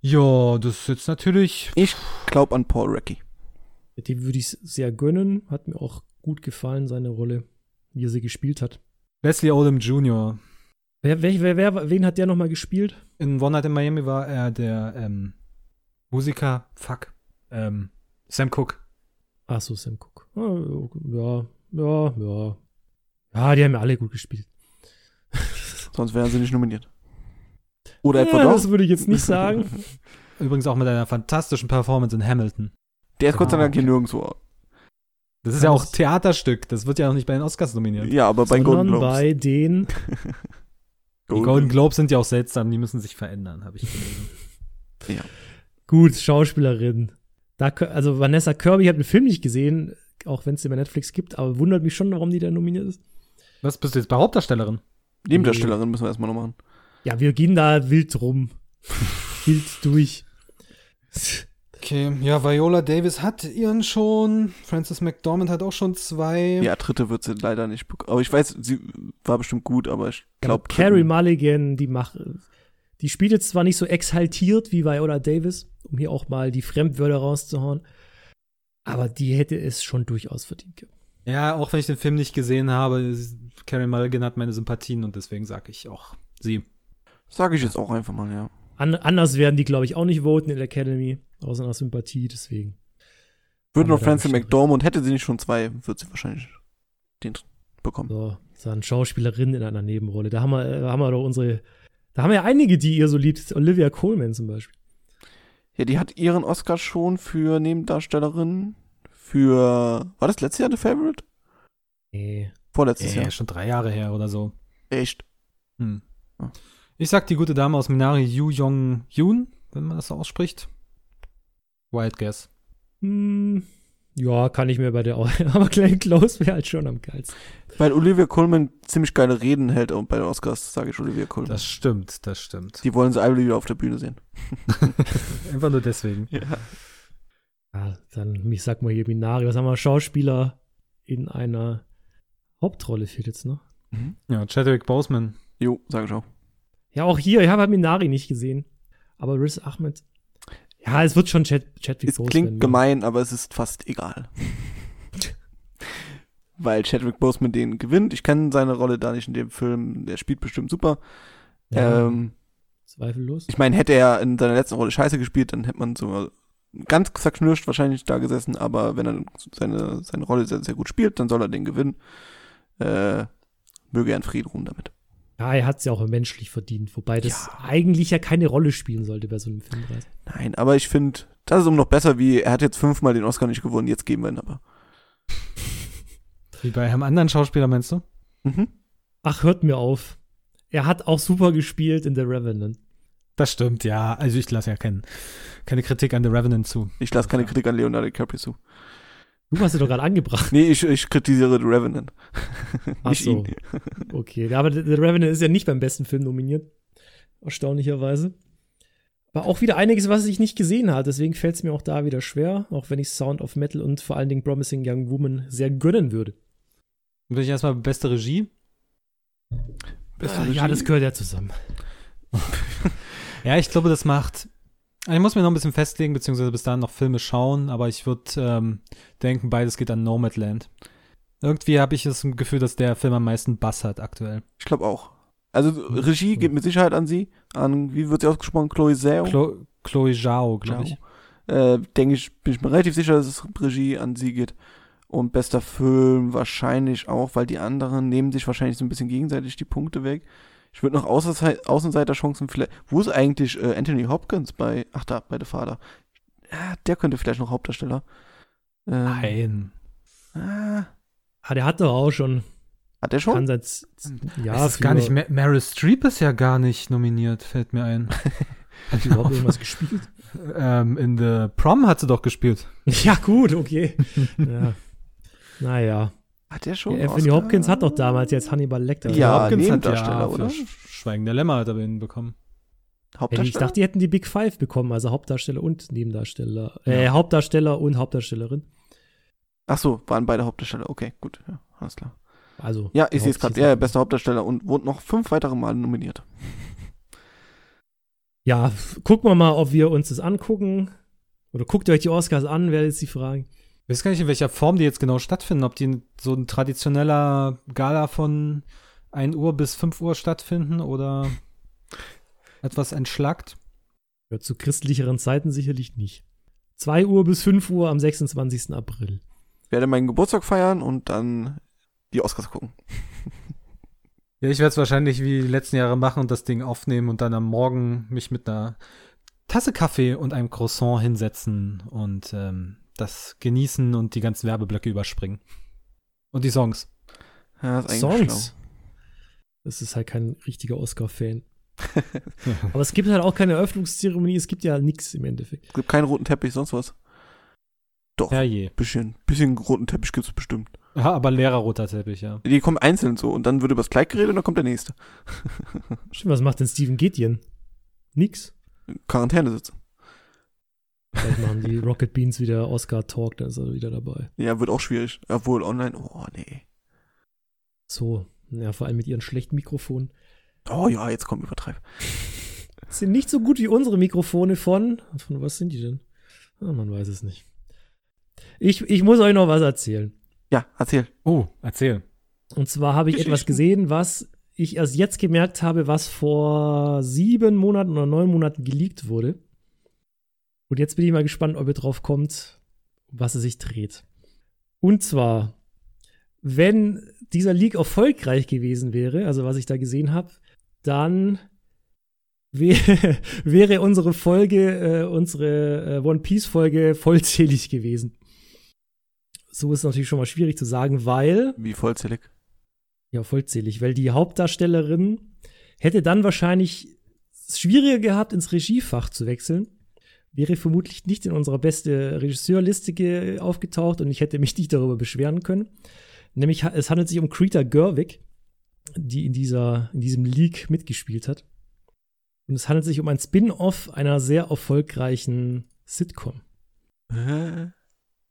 S1: Ja, das ist jetzt natürlich.
S3: Ich glaub an Paul Recky.
S4: Mit dem würde ich es sehr gönnen. Hat mir auch gut gefallen, seine Rolle, wie er sie gespielt hat.
S1: Leslie Odom Jr.
S4: Wer, wer, wer, wer, wen hat der nochmal gespielt?
S1: In One Night in Miami war er der ähm, Musiker, fuck, ähm, Sam Cooke.
S4: Ach so, Sam Cooke. Ah, Ja, ja, ja. Ja, die haben ja alle gut gespielt.
S3: Sonst wären sie nicht nominiert. Oder etwa
S4: ja,
S3: doch.
S4: das würde ich jetzt nicht sagen.
S1: Übrigens auch mit einer fantastischen Performance in Hamilton.
S3: Der ist Gott sei
S4: Ah,
S3: Dank hier
S4: okay.
S3: nirgendwo.
S1: Das ist ja auch
S4: Das-
S1: Theaterstück, das wird ja noch nicht bei den Oscars nominiert.
S3: Ja, aber bei den Golden
S4: Sondern
S3: Globes.
S4: bei den.
S1: Die Golden Globes sind ja auch seltsam, die müssen sich verändern, habe ich gelesen.
S4: Gut, Schauspielerin. Da, kö- also Vanessa Kirby ich habe den Film nicht gesehen, auch wenn es den bei Netflix gibt, aber wundert mich schon, warum die da nominiert ist.
S1: Was bist du jetzt bei Hauptdarstellerin?
S3: Nebendarstellerin müssen wir erstmal noch machen.
S4: Ja, wir gehen da wild rum. wild durch.
S1: Okay, ja, Viola Davis hat ihren schon. Frances McDormand hat auch schon zwei.
S3: Ja, dritte wird sie leider nicht bekommen. Aber ich weiß, sie war bestimmt gut, aber ich glaube.
S4: Aber Carrie Mulligan, die macht, die spielt jetzt zwar nicht so exaltiert wie Viola Davis, um hier auch mal die Fremdwörter rauszuhauen, aber die hätte es schon durchaus verdient gehabt.
S1: Ja, auch wenn ich den Film nicht gesehen habe, Carrie Mulligan hat meine Sympathien und deswegen sage ich auch sie.
S3: Sage ich jetzt auch einfach mal, ja.
S4: An anders werden die, glaube ich, auch nicht voten in der Academy, außer nach Sympathie, deswegen.
S3: Würde
S4: Aber
S3: noch
S4: da
S3: Frances
S4: ist-
S3: McDormand, hätte sie nicht schon zwei, wird sie wahrscheinlich den bekommen.
S4: So, dann Schauspielerin in einer Nebenrolle. Da haben wir, äh, haben wir doch unsere, da haben wir ja einige, die ihr so liebt. Olivia Coleman zum Beispiel.
S3: Ja, die hat ihren Oscar schon für Nebendarstellerin, für, war das letztes Jahr The Favorite?
S4: Nee.
S3: Vorletztes
S1: Äh,
S3: Jahr.
S1: schon drei Jahre her oder so.
S3: Echt.
S1: Hm.
S3: Ja.
S1: Ich sag die gute Dame aus Minari, Yu Jong Yoon, wenn man das so ausspricht. Wild Guess.
S4: Hm, ja, kann ich mir bei der auch. Aber Glenn Close wäre halt schon am geilsten.
S3: Weil Olivia Colman ziemlich geile Reden hält und bei den Oscars, sage ich Olivia Colman.
S1: Das stimmt, das stimmt.
S3: die wollen sie alle wieder auf der Bühne sehen.
S1: Einfach nur deswegen.
S3: Ja.
S4: Ja, dann, ich sag mal hier Minari, was haben wir? Schauspieler in einer Hauptrolle fehlt jetzt, ne?
S1: Ja, Chadwick Boseman.
S3: Jo, sage ich auch.
S4: Ja, auch hier, ich habe halt Minari nicht gesehen. Aber Riz Ahmed. Ja, es wird schon Chad, Chadwick
S3: Es
S4: Boseman.
S3: klingt gemein, aber es ist fast egal. Weil Chadwick Boseman den gewinnt. Ich kenne seine Rolle da nicht in dem Film. Der spielt bestimmt super.
S4: Ja,
S3: Ähm,
S4: zweifellos.
S3: ich meine, hätte er in seiner letzten Rolle scheiße gespielt, dann hätte man so ganz zerknirscht wahrscheinlich da gesessen. Aber wenn er seine, seine Rolle sehr, sehr gut spielt, dann soll er den gewinnen. Äh, möge er in Frieden ruhen damit.
S4: Ja, er hat es ja auch menschlich verdient, wobei das eigentlich ja keine Rolle spielen sollte bei so einem Filmpreis.
S3: Nein, aber ich finde, das ist umso noch besser, wie er hat jetzt fünfmal den Oscar nicht gewonnen, jetzt geben wir ihn aber.
S1: Wie bei einem anderen Schauspieler, meinst du?
S3: Mhm.
S4: Ach, hört mir auf. Er hat auch super gespielt in The Revenant.
S1: Das stimmt, ja. Also ich lasse ja keinen- keine Kritik an The Revenant zu.
S3: Ich lasse keine Kritik an Leonardo DiCaprio zu.
S4: Du hast ihn doch gerade angebracht.
S3: Nee, ich, ich kritisiere The Revenant.
S4: Ach
S3: nicht
S4: so,
S3: ihn.
S4: okay. Ja, Aber The Revenant ist ja nicht beim besten Film nominiert. Erstaunlicherweise. Aber auch wieder einiges, was ich nicht gesehen habe. Deswegen fällt es mir auch da wieder schwer, auch wenn ich Sound of Metal und vor allen Dingen Promising Young Woman sehr gönnen würde.
S1: Dann würde ich erstmal beste Regie.
S3: Beste
S4: Ah,
S3: Regie.
S4: ja, das gehört ja zusammen.
S1: Ja, ich glaube, das macht. Ich muss mir noch ein bisschen festlegen, beziehungsweise bis dahin noch Filme schauen, aber ich würde ähm, denken, beides geht an Nomadland. Irgendwie habe ich das Gefühl, dass der Film am meisten Bass hat aktuell.
S3: Ich glaube auch. Also Regie geht mit Sicherheit an sie. An, wie wird sie ausgesprochen? Chloe Zhao.
S1: Chlo Chloe Zhao, glaube
S4: Genau.
S1: ich.
S3: Äh, Denke ich, bin ich mir relativ sicher, dass es Regie an sie geht. Und bester Film wahrscheinlich auch, weil die anderen nehmen sich wahrscheinlich so ein bisschen gegenseitig die Punkte weg. Ich würde noch Außerse- Außenseiterchancen vielleicht. Wo ist eigentlich äh, Anthony Hopkins bei. Ach, da, bei The Father. Ja, der könnte vielleicht noch Hauptdarsteller. Ähm,
S1: Nein.
S3: Ah,
S4: Ah, der hat doch auch schon
S3: hat der schon?
S4: Kann sein, z- z- ja,
S1: es ist gar nicht.
S4: mehr.
S1: Ma Meryl Streep ist ja gar nicht nominiert, fällt mir ein.
S4: Hat die überhaupt irgendwas gespielt?
S1: ähm, in The Prom hat sie doch gespielt.
S4: Ja, gut, okay. ja. Naja.
S3: Hat der schon?
S4: Ja, Anthony
S3: Oscar?
S4: Hopkins hat doch damals jetzt Hannibal Lecter.
S3: Ja,
S1: Anthony
S3: Nebendarsteller,
S1: für
S3: oder?
S1: Sch- Schweigen der Lämmer hat er hinbekommen.
S4: Ey,
S3: Hauptdarsteller?
S4: ich dachte, die hätten die Big Five bekommen, also Hauptdarsteller und Nebendarsteller. Äh, Hauptdarsteller und Hauptdarstellerin.
S3: Ach so, waren beide Hauptdarsteller. Okay, gut, ja, alles klar.
S4: Also,
S3: Ja, ich sehe es
S4: Haupt-
S3: gerade. Ja, ja, bester Hauptdarsteller und wurde noch fünf weitere Male nominiert.
S4: Ja, f- gucken wir mal, ob wir uns das angucken. Oder guckt euch die Oscars an, wäre jetzt die Frage.
S1: Ich weiß gar nicht, in welcher Form die jetzt genau stattfinden. Ob die in so ein traditioneller Gala von 1 Uhr bis 5 Uhr stattfinden oder etwas entschlackt.
S4: Ja, zu christlicheren Zeiten sicherlich nicht. 2 Uhr bis 5 Uhr am 26. April.
S3: Werde meinen Geburtstag feiern und dann die Oscars gucken.
S1: Ja, ich werde es wahrscheinlich wie die letzten Jahre machen und das Ding aufnehmen und dann am Morgen mich mit einer Tasse Kaffee und einem Croissant hinsetzen und ähm, das genießen und die ganzen Werbeblöcke überspringen. Und die Songs.
S3: Ja, ist eigentlich
S4: Songs. Das ist halt kein richtiger Oscar-Fan. Aber es gibt halt auch keine Eröffnungszeremonie, es gibt ja nichts im Endeffekt.
S3: Es gibt keinen roten Teppich, sonst was. Doch,
S1: Herrje.
S3: bisschen, bisschen roten Teppich gibt's bestimmt.
S1: Ja, aber leerer roter Teppich, ja.
S3: Die kommen einzeln so und dann wird über das Kleid geredet und dann kommt der nächste.
S4: Stimmt, was macht denn Steven Gätjen? Nix.
S3: In Quarantäne sitzen.
S4: Vielleicht machen die Rocket Beans wieder Oscar-Talk, dann ist er wieder dabei.
S3: Ja, wird auch schwierig. Obwohl online, oh nee.
S4: So, ja, vor allem mit ihren schlechten Mikrofonen.
S3: Oh ja, jetzt komm, übertreib.
S4: Sind nicht so gut wie unsere Mikrofone von. Von was sind die denn? Ah, man weiß es nicht. Ich, ich muss euch noch was erzählen.
S3: Ja, erzähl.
S1: Oh, erzähl.
S4: Und zwar habe ich etwas gesehen, was ich erst jetzt gemerkt habe, was vor sieben Monaten oder neun Monaten geleakt wurde. Und jetzt bin ich mal gespannt, ob ihr drauf kommt, um was es sich dreht. Und zwar, wenn dieser Leak erfolgreich gewesen wäre, also was ich da gesehen habe, dann wär, wäre unsere Folge, äh, unsere äh, One Piece Folge vollzählig gewesen. So ist natürlich schon mal schwierig zu sagen, weil
S3: Wie vollzählig?
S4: ja, vollzählig, weil die Hauptdarstellerin hätte dann wahrscheinlich es schwieriger gehabt, ins Regiefach zu wechseln. Wäre vermutlich nicht in unserer beste Regisseurliste ge- aufgetaucht und ich hätte mich nicht darüber beschweren können. Nämlich, ha- es handelt sich um Krita Gerwig, die in, dieser, in diesem Leak mitgespielt hat. Und es handelt sich um ein Spin-off einer sehr erfolgreichen Sitcom.
S3: Äh,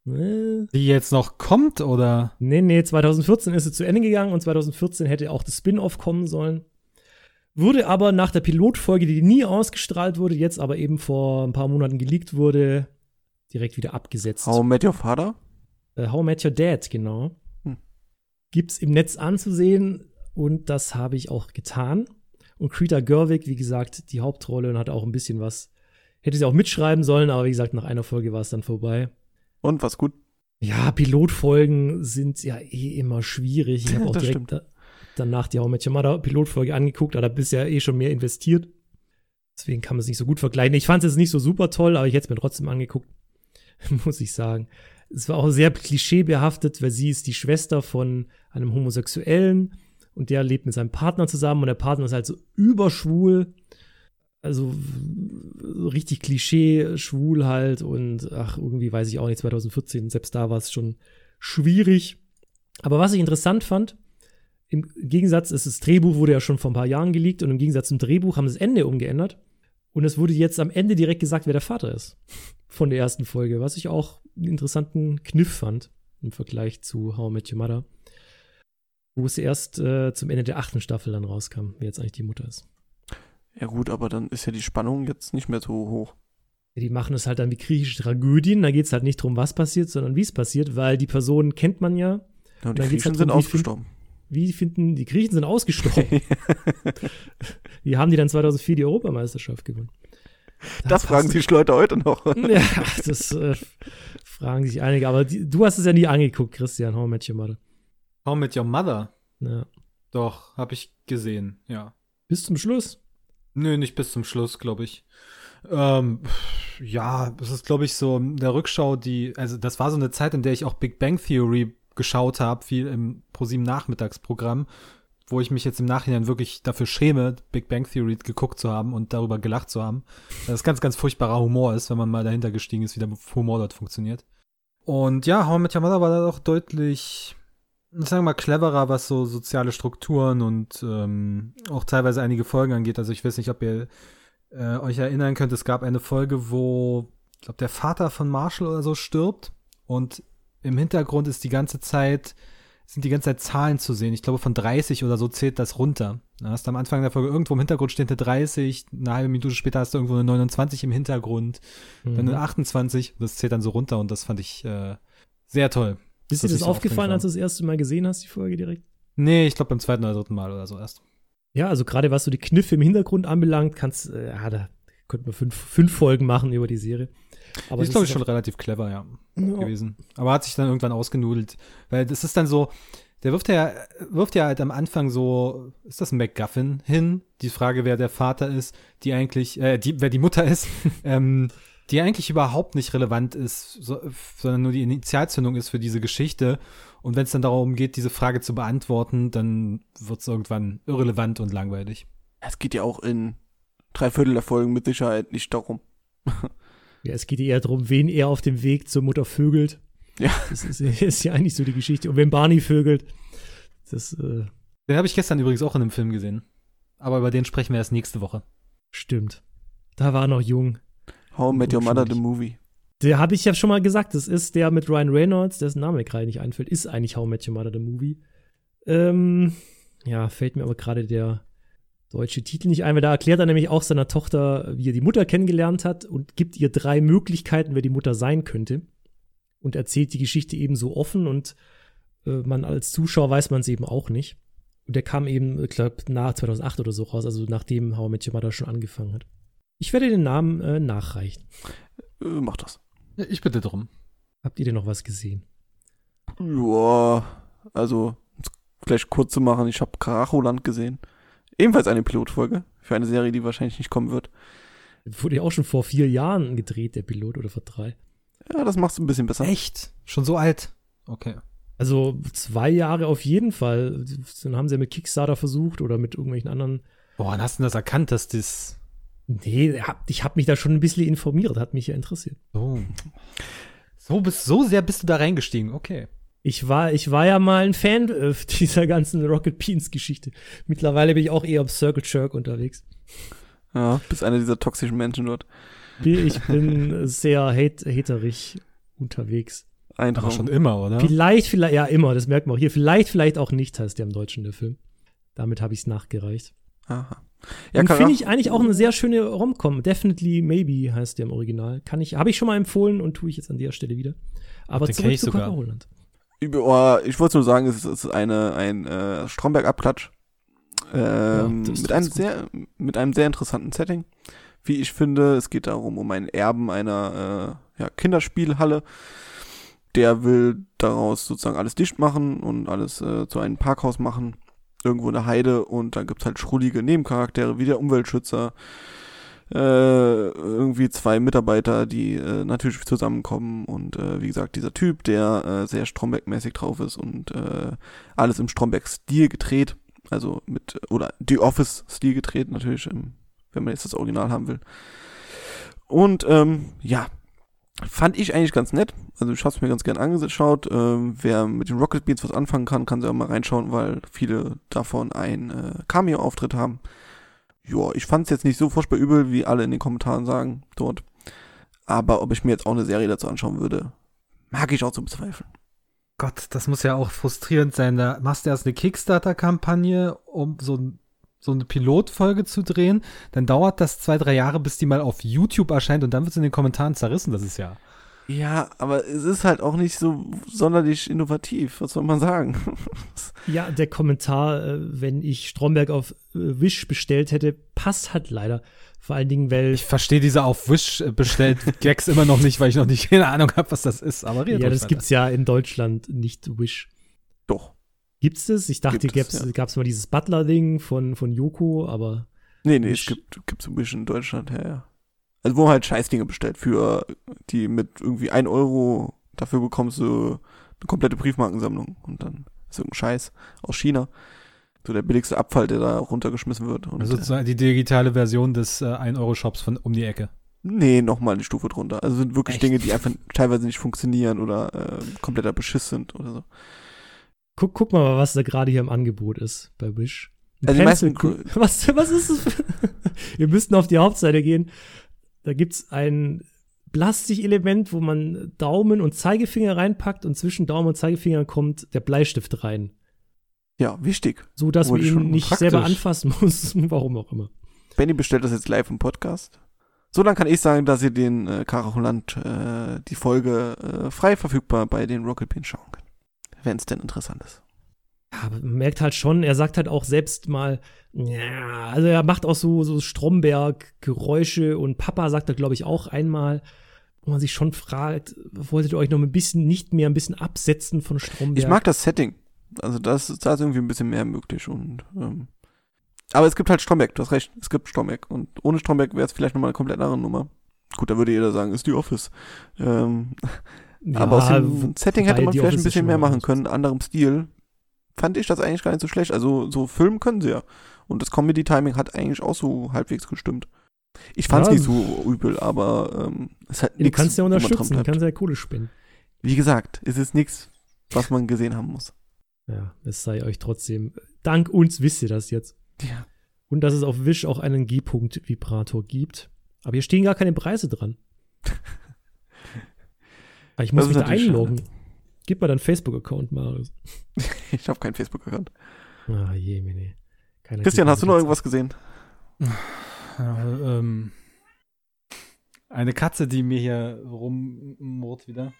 S4: Äh,
S1: Die jetzt noch kommt, oder?
S4: Nee, nee, 2014 ist sie zu Ende gegangen und 2014 hätte auch das Spin-off kommen sollen. Wurde aber nach der Pilotfolge, die nie ausgestrahlt wurde, jetzt aber eben vor ein paar Monaten geleakt wurde, direkt wieder abgesetzt.
S3: How I Met Your Father?
S4: Äh, How I Met Your Dad, genau.
S3: Hm.
S4: Gibt's im Netz anzusehen und das habe ich auch getan. Und Krita Gerwig, wie gesagt, die Hauptrolle und hat auch ein bisschen was. Hätte sie auch mitschreiben sollen, aber wie gesagt, nach einer Folge war es dann vorbei.
S3: Und was gut?
S4: Ja, Pilotfolgen sind ja eh immer schwierig. Ich habe auch
S3: Das
S4: direkt
S3: stimmt.
S4: da, danach die How I Met Your Mother Pilotfolge angeguckt, aber da bist du ja eh schon mehr investiert. Deswegen kann man es nicht so gut vergleichen. Ich fand es jetzt nicht so super toll, aber ich hätte es mir trotzdem angeguckt, muss ich sagen. Es war auch sehr klischeebehaftet, weil sie ist die Schwester von einem Homosexuellen und der lebt mit seinem Partner zusammen und der Partner ist halt so überschwul. Also w- richtig Klischee, schwul halt und ach, irgendwie weiß ich auch nicht, 2014, selbst da war es schon schwierig. Aber was ich interessant fand, im Gegensatz, es ist das Drehbuch wurde ja schon vor ein paar Jahren geleakt und im Gegensatz zum Drehbuch haben sie das Ende umgeändert und es wurde jetzt am Ende direkt gesagt, wer der Vater ist von der ersten Folge, was ich auch einen interessanten Kniff fand im Vergleich zu How I Met Your Mother, wo es erst äh, zum Ende der achten Staffel dann rauskam, wer jetzt eigentlich die Mutter ist.
S3: Ja gut, aber dann ist ja die Spannung jetzt nicht mehr so hoch.
S4: Ja, Die machen es halt dann wie griechische Tragödien. Da geht es halt nicht drum, was passiert, sondern wie es passiert, weil die Personen kennt man ja.
S3: Ja, und die
S4: Dann geht's
S3: Griechen
S4: halt
S3: sind
S4: drum, wie viel-
S3: ausgestorben.
S4: Wie finden die Griechen sind ausgestorben? Wie haben die dann 2004 die Europameisterschaft gewonnen?
S3: Das fragen sich Leute heute noch.
S4: Ja, das äh, fragen sich einige. Aber die, du hast es ja nie angeguckt, Christian. How I Met Your Mother.
S1: How mit Your Mother?
S4: Ja.
S1: Doch, habe ich gesehen, ja.
S4: Bis zum Schluss.
S1: Nö, nicht bis zum Schluss, glaube ich. Ähm, pff, ja, das ist, glaube ich, so in der Rückschau, die, also das war so eine Zeit, in der ich auch Big Bang Theory geschaut habe, viel im ProSieben Nachmittagsprogramm, wo ich mich jetzt im Nachhinein wirklich dafür schäme, Big Bang Theory geguckt zu haben und darüber gelacht zu haben. Weil Das ganz, ganz furchtbarer Humor ist, wenn man mal dahinter gestiegen ist, wie der Humor dort funktioniert. Und ja, How I Met Your Mother war da auch deutlich ich sage mal, cleverer, was so soziale Strukturen und ähm, auch teilweise einige Folgen angeht. Also ich weiß nicht, ob ihr äh, euch erinnern könnt, es gab eine Folge, wo, ich glaube, der Vater von Marshall oder so stirbt und im Hintergrund ist die ganze Zeit, sind die ganze Zeit Zahlen zu sehen. Ich glaube, von 30 oder so zählt das runter. Da hast du am Anfang der Folge irgendwo im Hintergrund steht eine 30, eine halbe Minute später hast du irgendwo eine 29 im Hintergrund,
S4: Hm. Mhm.
S1: dann eine 28, das zählt dann so runter und das fand ich äh, sehr toll.
S4: Ist dir
S1: dass
S4: das
S1: ich so
S4: aufgefallen,
S1: aufmerksam-
S4: als du das erste Mal gesehen hast, die Folge direkt?
S1: Nee, ich glaube beim zweiten oder dritten Mal oder so erst.
S4: Ja, also gerade was so die Kniffe im Hintergrund anbelangt, kannst, äh, ja, da könnten wir fünf, fünf Folgen machen über die Serie. Aber
S1: Aber ist,
S4: das
S1: glaube ich, schon relativ clever, ja,
S4: ja,
S1: gewesen. Aber hat sich dann irgendwann ausgenudelt. Weil das ist dann so, der wirft ja, wirft ja halt am Anfang so, ist das ein MacGuffin hin? Die Frage, wer der Vater ist, die eigentlich, äh, die, wer die Mutter ist, ähm, die eigentlich überhaupt nicht relevant ist, so, sondern nur die Initialzündung ist für diese Geschichte. Und wenn es dann darum geht, diese Frage zu beantworten, dann wird es irgendwann irrelevant und langweilig.
S3: Es geht ja auch in drei Viertel der Folgen mit Sicherheit nicht darum.
S4: Ja, es geht eher darum, wen er auf dem Weg zur Mutter vögelt.
S3: Ja.
S4: Das ist, ist ja eigentlich so die Geschichte. Und wenn Barney vögelt, das äh,
S1: Den habe ich gestern übrigens auch in einem Film gesehen. Aber über den sprechen wir erst nächste Woche.
S4: stimmt. Da war er noch jung.
S3: How I Met Your Mother the
S4: Wahrscheinlich.
S3: Movie.
S4: Der habe ich ja schon mal gesagt, das ist der mit Ryan Reynolds, dessen Name mir gerade nicht einfällt, ist eigentlich How I Met Your Mother, the Movie. Ähm, ja, fällt mir aber gerade der deutsche Titel nicht ein, weil da erklärt er nämlich auch seiner Tochter, wie er die Mutter kennengelernt hat und gibt ihr drei Möglichkeiten, wer die Mutter sein könnte. Und erzählt die Geschichte eben so offen und äh, man als Zuschauer weiß man es eben auch nicht. Und der kam eben, ich glaube, nach 2008 oder so raus, also nachdem How I Met Your Mother schon angefangen hat. Ich werde den Namen äh, nachreichen.
S3: Äh, mach das.
S1: Ich bitte drum.
S4: Habt ihr denn noch was gesehen?
S3: Ja, also, um's gleich kurz zu machen, ich habe Karacholand gesehen. Ebenfalls eine Pilotfolge für eine Serie, die wahrscheinlich nicht kommen wird.
S4: Wurde ja auch schon vor vier Jahren gedreht, der Pilot, oder vor drei.
S3: Ja, das macht's ein bisschen besser.
S1: Echt? Schon so alt? Okay.
S4: Also zwei Jahre auf jeden Fall. Dann haben sie ja mit Kickstarter versucht oder mit irgendwelchen anderen.
S1: Boah, wann hast du denn das erkannt, dass das.
S4: Nee, hab, ich habe mich da schon ein bisschen informiert, hat mich ja interessiert.
S1: Oh. So, bist, so sehr bist du da reingestiegen, okay.
S4: Ich war, ich war ja mal ein Fan äh, dieser ganzen Rocket Beans Geschichte. Mittlerweile bin ich auch eher auf Circle Jerk unterwegs.
S3: Ja, bist einer dieser toxischen Menschen dort.
S4: Bin- Ich bin sehr hate haterig unterwegs.
S3: Ein
S1: Aber
S3: Traum.
S1: schon immer, oder?
S4: Vielleicht, vielleicht, ja immer, das merkt man auch hier. Vielleicht, vielleicht auch nicht, heißt der im Deutschen der Film. Damit habe ich es nachgereicht.
S3: Aha.
S4: Ja,
S3: Ja,
S4: finde
S3: Karach
S4: ich eigentlich auch eine sehr schöne Romcom. Definitely Maybe heißt der im Original. Kann ich, habe ich schon mal empfohlen und tue ich jetzt an der Stelle wieder. Aber
S1: Den kenn
S4: zurück
S1: ich
S4: zu
S1: sogar.
S4: Conor Holland.
S3: Oh, ich wollte nur sagen, es ist eine, ein äh, Stromberg-Abklatsch. Ähm,
S4: das ist
S3: mit,
S4: doch
S3: einem
S4: gut.
S3: sehr, mit einem sehr interessanten Setting. Wie ich finde, es geht darum, um einen Erben einer äh, ja, Kinderspielhalle. Der will daraus sozusagen alles dicht machen und alles äh, zu einem Parkhaus machen. Irgendwo in der Heide und dann gibt's halt schrullige Nebencharaktere wie der Umweltschützer. Äh, irgendwie zwei Mitarbeiter, die äh, natürlich zusammenkommen und äh, wie gesagt, dieser Typ, der äh, sehr Stromberg-mäßig drauf ist und äh, alles im Stromberg-Stil gedreht, also mit, oder The Office-Stil gedreht, natürlich, ähm, wenn man jetzt das Original haben will. Und ähm, ja, fand ich eigentlich ganz nett. Also ich habe es mir ganz gern angeschaut. Ähm, wer mit den Rocket Beats was anfangen kann, kann da mal reinschauen, weil viele davon einen äh, Cameo-Auftritt haben. Ja, ich fand es jetzt nicht so furchtbar übel, wie alle in den Kommentaren sagen dort. Aber ob ich mir jetzt auch eine Serie dazu anschauen würde, mag ich auch zu bezweifeln.
S1: Gott, das muss ja auch frustrierend sein. Da machst du erst eine Kickstarter-Kampagne, um so, ein- so eine Pilotfolge zu drehen. Dann dauert das zwei, drei Jahre, bis die mal auf YouTube erscheint und dann wird es in den Kommentaren zerrissen. Das ist ja.
S3: Ja, aber es ist halt auch nicht so sonderlich innovativ, was soll man sagen?
S4: Ja, der Kommentar, äh, wenn ich Stromberg auf äh, Wish bestellt hätte, passt halt leider. Vor allen Dingen, weil
S1: Ich verstehe diese auf Wish äh, bestellt Gags immer noch nicht, weil ich noch nicht keine Ahnung habe, was das ist. Aber redet
S4: ja,
S1: ruhig
S4: das
S1: weiter.
S4: gibt's ja in Deutschland nicht Wish.
S3: Doch.
S4: Gibt's das? Ich dachte,
S3: Gibt
S4: gab's,
S3: es, ja.
S4: gab's mal dieses Butler-Ding von, von Joko, aber
S3: Nee, nee,
S4: Sch-
S3: es gibt, gibt so ein bisschen in Deutschland, ja, ja. Also wo man halt Scheißdinge bestellt für, die mit irgendwie 1 Euro, dafür bekommst du eine komplette Briefmarkensammlung und dann ist irgendein Scheiß aus China. So der billigste Abfall, der da runtergeschmissen wird. Und,
S1: Also
S3: äh,
S1: sozusagen die digitale Version des äh, 1-Euro-Shops von um die Ecke.
S3: Nee, nochmal eine Stufe drunter. Also sind wirklich
S1: Echt?
S3: Dinge, die einfach teilweise nicht funktionieren oder äh, kompletter Beschiss sind oder so.
S4: Guck, guck mal, was da gerade hier im Angebot ist bei Wish. Ein
S3: Also die
S4: Pencil
S3: meisten-
S4: Cru- was, was ist das? Für Ihr müsst noch auf die Hauptseite gehen. Da gibt's ein Plastikelement, wo man Daumen und Zeigefinger reinpackt und zwischen Daumen und Zeigefinger kommt der Bleistift rein.
S3: Ja, wichtig.
S4: So dass man
S3: Wurde
S4: ihn
S3: Oh, schon
S4: nicht
S1: praktisch.
S4: selber anfassen muss. Warum auch immer.
S3: Benny bestellt das jetzt live im Podcast. So dann kann ich sagen, dass ihr den äh, Karachuland, äh, die Folge äh, frei verfügbar bei den Rocket Beans schauen könnt. Wenn es denn interessant ist.
S4: Ja, aber man merkt halt schon, er sagt halt auch selbst mal, ja, also er macht auch so, so Stromberg-Geräusche und Papa sagt da, glaube ich, auch einmal, wo man sich schon fragt, wolltet ihr euch noch ein bisschen nicht mehr ein bisschen absetzen von Stromberg?
S3: Ich mag das Setting. Also das, da ist irgendwie ein bisschen mehr möglich und ähm, aber es gibt halt Stromberg, du hast recht, es gibt Stromberg. Und ohne Stromberg wäre es vielleicht nochmal eine komplett andere Nummer. Gut, da würde jeder sagen, ist die Office. Ähm,
S4: ja,
S3: aber aus dem Setting hätte
S4: wobei
S3: man
S4: die
S3: vielleicht
S4: Office
S3: ein
S4: ist schon
S3: bisschen mehr
S4: mal
S3: machen können, anderem Stil. Fand ich das eigentlich gar nicht so schlecht. Also so Film können sie ja. Und das Comedy-Timing hat eigentlich auch so halbwegs gestimmt. Ich fand's
S4: Ja.
S3: nicht so übel, aber ähm, es hat
S4: Du
S3: nichts,
S4: kannst ja
S3: wo man
S4: unterstützen,
S3: dran
S4: du
S3: bleibt.
S4: kannst ja Kohle spenden.
S3: Wie gesagt, es ist nichts, was man gesehen haben muss.
S4: Ja, es sei euch trotzdem, dank uns wisst ihr das jetzt.
S3: Ja.
S4: Und dass es auf Wish auch einen G-Punkt-Vibrator gibt. Aber hier stehen gar keine Preise dran. Aber Ah, ich muss
S3: Das ist
S4: mich da
S3: natürlich
S4: einloggen. Gib mal deinen Facebook-Account, Marius.
S3: Ich habe keinen Facebook-Account.
S4: Ah, je, meine.
S3: Christian,
S4: Keiner gibt mir
S3: hast du noch
S4: Tipps.
S3: irgendwas gesehen?
S1: Ja, ähm, eine Katze, die mir hier rummurrt wieder.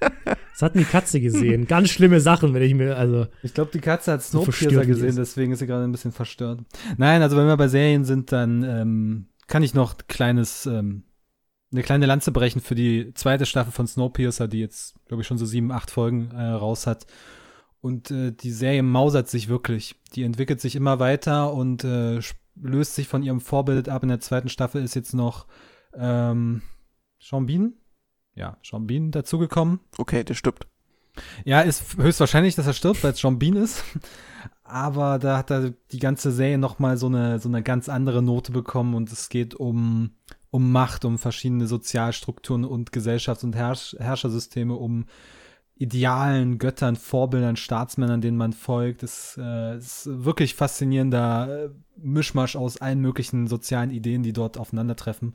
S4: Das hat eine Katze gesehen. Ganz schlimme Sachen, wenn ich mir, also.
S1: Ich glaube, die Katze hat
S4: verstört
S1: Snowpiercer
S4: die
S1: gesehen,
S4: ist.
S1: deswegen ist sie gerade ein bisschen verstört. Nein, also wenn wir bei Serien sind, dann ähm, kann ich noch ein kleines, ähm, eine kleine Lanze brechen für die zweite Staffel von Snowpiercer, die jetzt, glaube ich, schon so sieben, acht Folgen äh, raus hat. Und äh, die Serie mausert sich wirklich. Die entwickelt sich immer weiter und äh, sp- löst sich von ihrem Vorbild ab. In der zweiten Staffel ist jetzt noch ähm, Sean Bean? Ja, Sean Bean dazugekommen.
S3: Okay, der stirbt.
S1: Ja, ist höchstwahrscheinlich, dass er stirbt, weil es John Bean ist. Aber da hat er die ganze Serie nochmal so eine, so eine ganz andere Note bekommen und es geht um, um Macht, um verschiedene Sozialstrukturen und Gesellschafts- und Herrsch Herrschersysteme, um Idealen, Göttern, Vorbildern, Staatsmännern, denen man folgt. Es äh, ist wirklich faszinierender äh, Mischmasch aus allen möglichen sozialen Ideen, die dort aufeinandertreffen.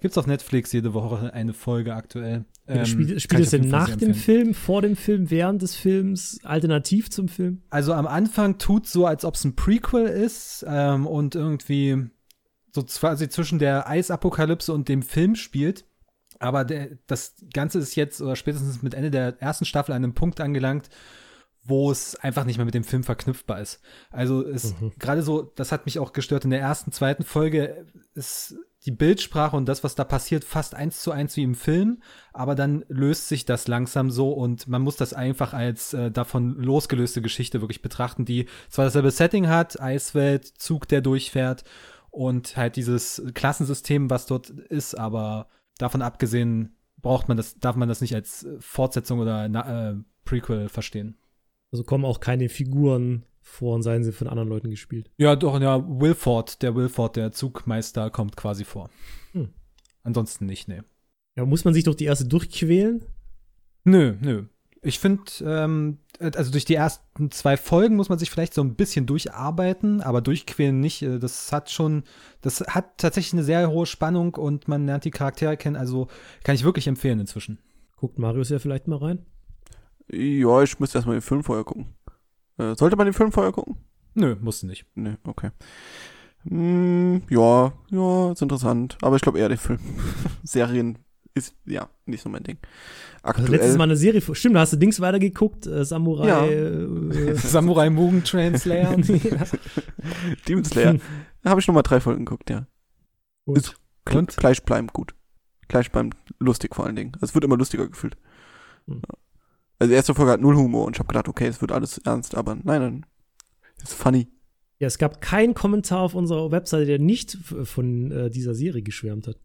S1: Gibt's auf Netflix jede Woche eine Folge aktuell. Ähm, kann
S4: spielt
S1: ich
S4: spielt es
S1: auf jeden
S4: denn
S1: Fall
S4: nach
S1: sehr
S4: dem
S1: empfehlen.
S4: Film, vor dem Film, während des Films, alternativ zum Film?
S1: Also am Anfang tut so, als ob es ein Prequel ist ähm, und irgendwie so quasi zwischen der Eisapokalypse und dem Film spielt. Aber der, das Ganze ist jetzt oder spätestens mit Ende der ersten Staffel an einem Punkt angelangt, wo es einfach nicht mehr mit dem Film verknüpfbar ist. Also es gerade so, das hat mich auch gestört in der ersten, zweiten Folge ist die Bildsprache und das, was da passiert, fast eins zu eins wie im Film, aber dann löst sich das langsam so und man muss das einfach als äh, davon losgelöste Geschichte wirklich betrachten, die zwar dasselbe Setting hat, Eiswelt, Zug, der durchfährt und halt dieses Klassensystem, was dort ist, aber davon abgesehen braucht man das, darf man das nicht als äh, Fortsetzung oder na, äh, Prequel verstehen.
S4: Also kommen auch keine Figuren vor und seien sie von anderen Leuten gespielt.
S1: Ja, doch, ja, Wilford, der Wilford, der Zugmeister, kommt quasi vor.
S4: Hm.
S1: Ansonsten nicht, nee.
S4: Ja, muss man sich durch die erste durchquälen?
S1: Nö, nö. Ich finde, ähm, also durch die ersten zwei Folgen muss man sich vielleicht so ein bisschen durcharbeiten, aber durchquälen nicht. Äh, Das hat schon, das hat tatsächlich eine sehr hohe Spannung und man lernt die Charaktere kennen. Also kann ich wirklich empfehlen inzwischen.
S4: Guckt Marius ja vielleicht mal rein.
S3: Ja, ich müsste erstmal den Film vorher gucken. Äh, sollte man den Film vorher gucken?
S1: Nö, musste nicht.
S3: Nee, okay. Hm, ja, ja, ist interessant. Aber ich glaube eher der Film. Serien ist, ja, nicht so mein Ding.
S4: Also
S3: Aktuell.
S4: letztes Mal eine Serie, vor- stimmt, da hast du Dings weitergeguckt, äh, Samurai.
S3: Ja.
S4: Äh,
S1: Samurai Mugen Train Slayer.
S3: Demon Slayer.
S4: Hm.
S3: Habe ich nochmal drei Folgen geguckt, ja.
S4: Gut.
S3: Ist gl-
S1: Und?
S3: gleich bleibend gut. Gleich bleibend lustig vor allen Dingen. Also, es wird immer lustiger gefühlt.
S4: Hm.
S3: Ja. Also, die erste Folge hat null Humor und ich habe gedacht, okay, es wird alles ernst, aber nein, nein. Ist funny.
S4: ja, es gab keinen Kommentar auf unserer Webseite, der nicht f- von äh, dieser Serie geschwärmt hat.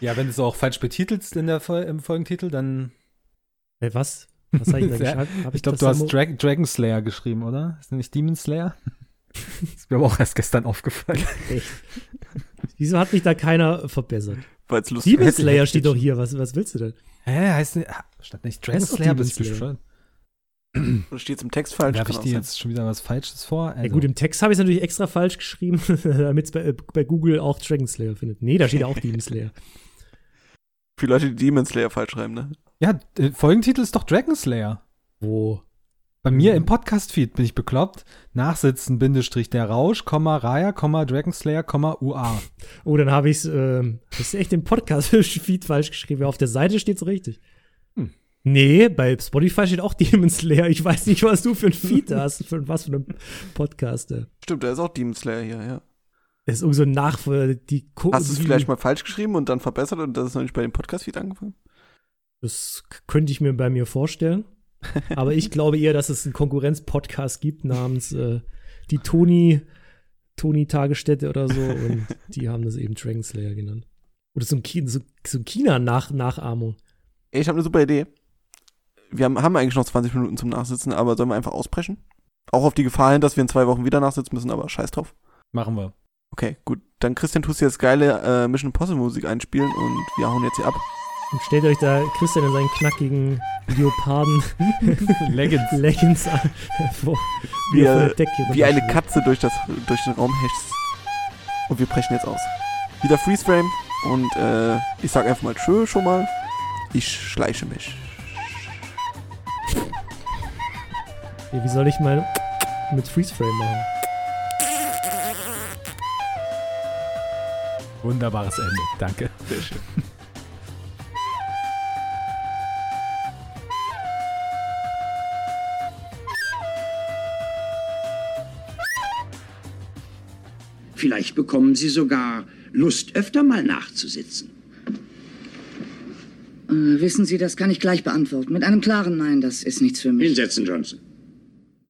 S1: ja, wenn du es auch falsch betitelst in der, Fol- im Folgentitel, dann.
S4: Äh, was? Was habe ich da
S1: Sehr-
S4: geschrieben? Hab
S1: Ich glaube,
S4: das
S1: du hast
S4: Samu-
S1: Dra Dragon Slayer geschrieben, oder? Ist nämlich Demon Slayer? ist mir aber auch erst gestern aufgefallen.
S4: Wieso hat mich da keiner verbessert?
S3: Weil es lustig
S4: Demon
S1: hätte-
S4: Slayer
S1: hätte-
S4: steht doch hier, was, was willst du denn?
S1: Hä, heißt nicht, ah, statt nicht Dragon
S4: Heißt doch
S1: Slayer,
S4: Demon
S1: bist du
S4: Slayer.
S1: bescheuert?
S3: Oder steht es im Text falsch?
S1: Werfe ich
S3: Kann auch
S1: dir
S3: sein.
S1: jetzt schon wieder was Falsches vor? Also,
S4: Ja, gut, im Text habe ich es natürlich extra falsch geschrieben, damit es bei, äh, bei Google auch Dragon Slayer findet. Nee, da steht ja auch Demon Slayer.
S3: Viele Leute, die Demon Slayer falsch schreiben, ne?
S1: ja, äh, Folgentitel ist doch Dragon Slayer.
S4: Wo?
S1: Bei mir
S4: Mhm.
S1: im Podcast-Feed bin ich bekloppt. Nachsitzen, Bindestrich, der Rausch, Komma, Raya, Komma, Dragon Slayer, Komma, UA.
S4: Oh, dann habe ich es, ähm, das ist echt im Podcast-Feed falsch geschrieben. Auf der Seite steht es richtig.
S1: Hm.
S4: Nee, bei Spotify steht auch Demon Slayer. Ich weiß nicht, was du für ein Feed da hast, für was für einen Podcast. äh.
S3: Stimmt, da ist auch Demon Slayer hier, ja.
S4: Das ist irgend so ein Nachfolger, die Ko-
S3: Hast du es
S4: die-
S3: vielleicht mal falsch geschrieben und dann verbessert und das ist noch nicht bei dem Podcast-Feed angefangen?
S4: Das k- könnte ich mir bei mir vorstellen. Aber ich glaube eher, dass es einen Konkurrenz-Podcast gibt namens äh, die Toni, Toni Tagesstätte oder so. Und die haben das eben Dragon Slayer genannt. Oder so ein, Ki- so, so ein China-Nachahmung.
S3: Ey, ich habe eine super Idee. Wir haben, haben eigentlich noch 20 Minuten zum Nachsitzen, aber sollen wir einfach ausbrechen? Auch auf die Gefahr hin, dass wir in zwei Wochen wieder nachsitzen müssen, aber scheiß drauf.
S1: Machen wir.
S3: Okay, gut. Dann Christian, tust du jetzt geile äh, Mission Impossible Musik einspielen und wir hauen jetzt hier ab.
S4: Und stellt euch da Christian in seinen knackigen Leoparden
S1: Leggings.
S4: Leggings an, vor,
S3: Wie,
S4: er von der
S3: äh,
S4: Decke
S3: wie eine
S4: runterschwebt.
S3: Katze durch, das, durch den Raum hecht. Und wir brechen jetzt aus. Wieder Freeze Frame. Und äh, ich sag einfach mal Tschö schon mal. Ich schleiche mich.
S4: Ja, wie soll ich mal mit Freeze Frame machen?
S6: Wunderbares Ende. Danke. Sehr schön.
S7: Vielleicht bekommen Sie sogar Lust, öfter mal nachzusitzen.
S8: Äh, wissen Sie, das kann ich gleich beantworten. Mit einem klaren Nein, das ist nichts für mich.
S7: Hinsetzen, Johnson.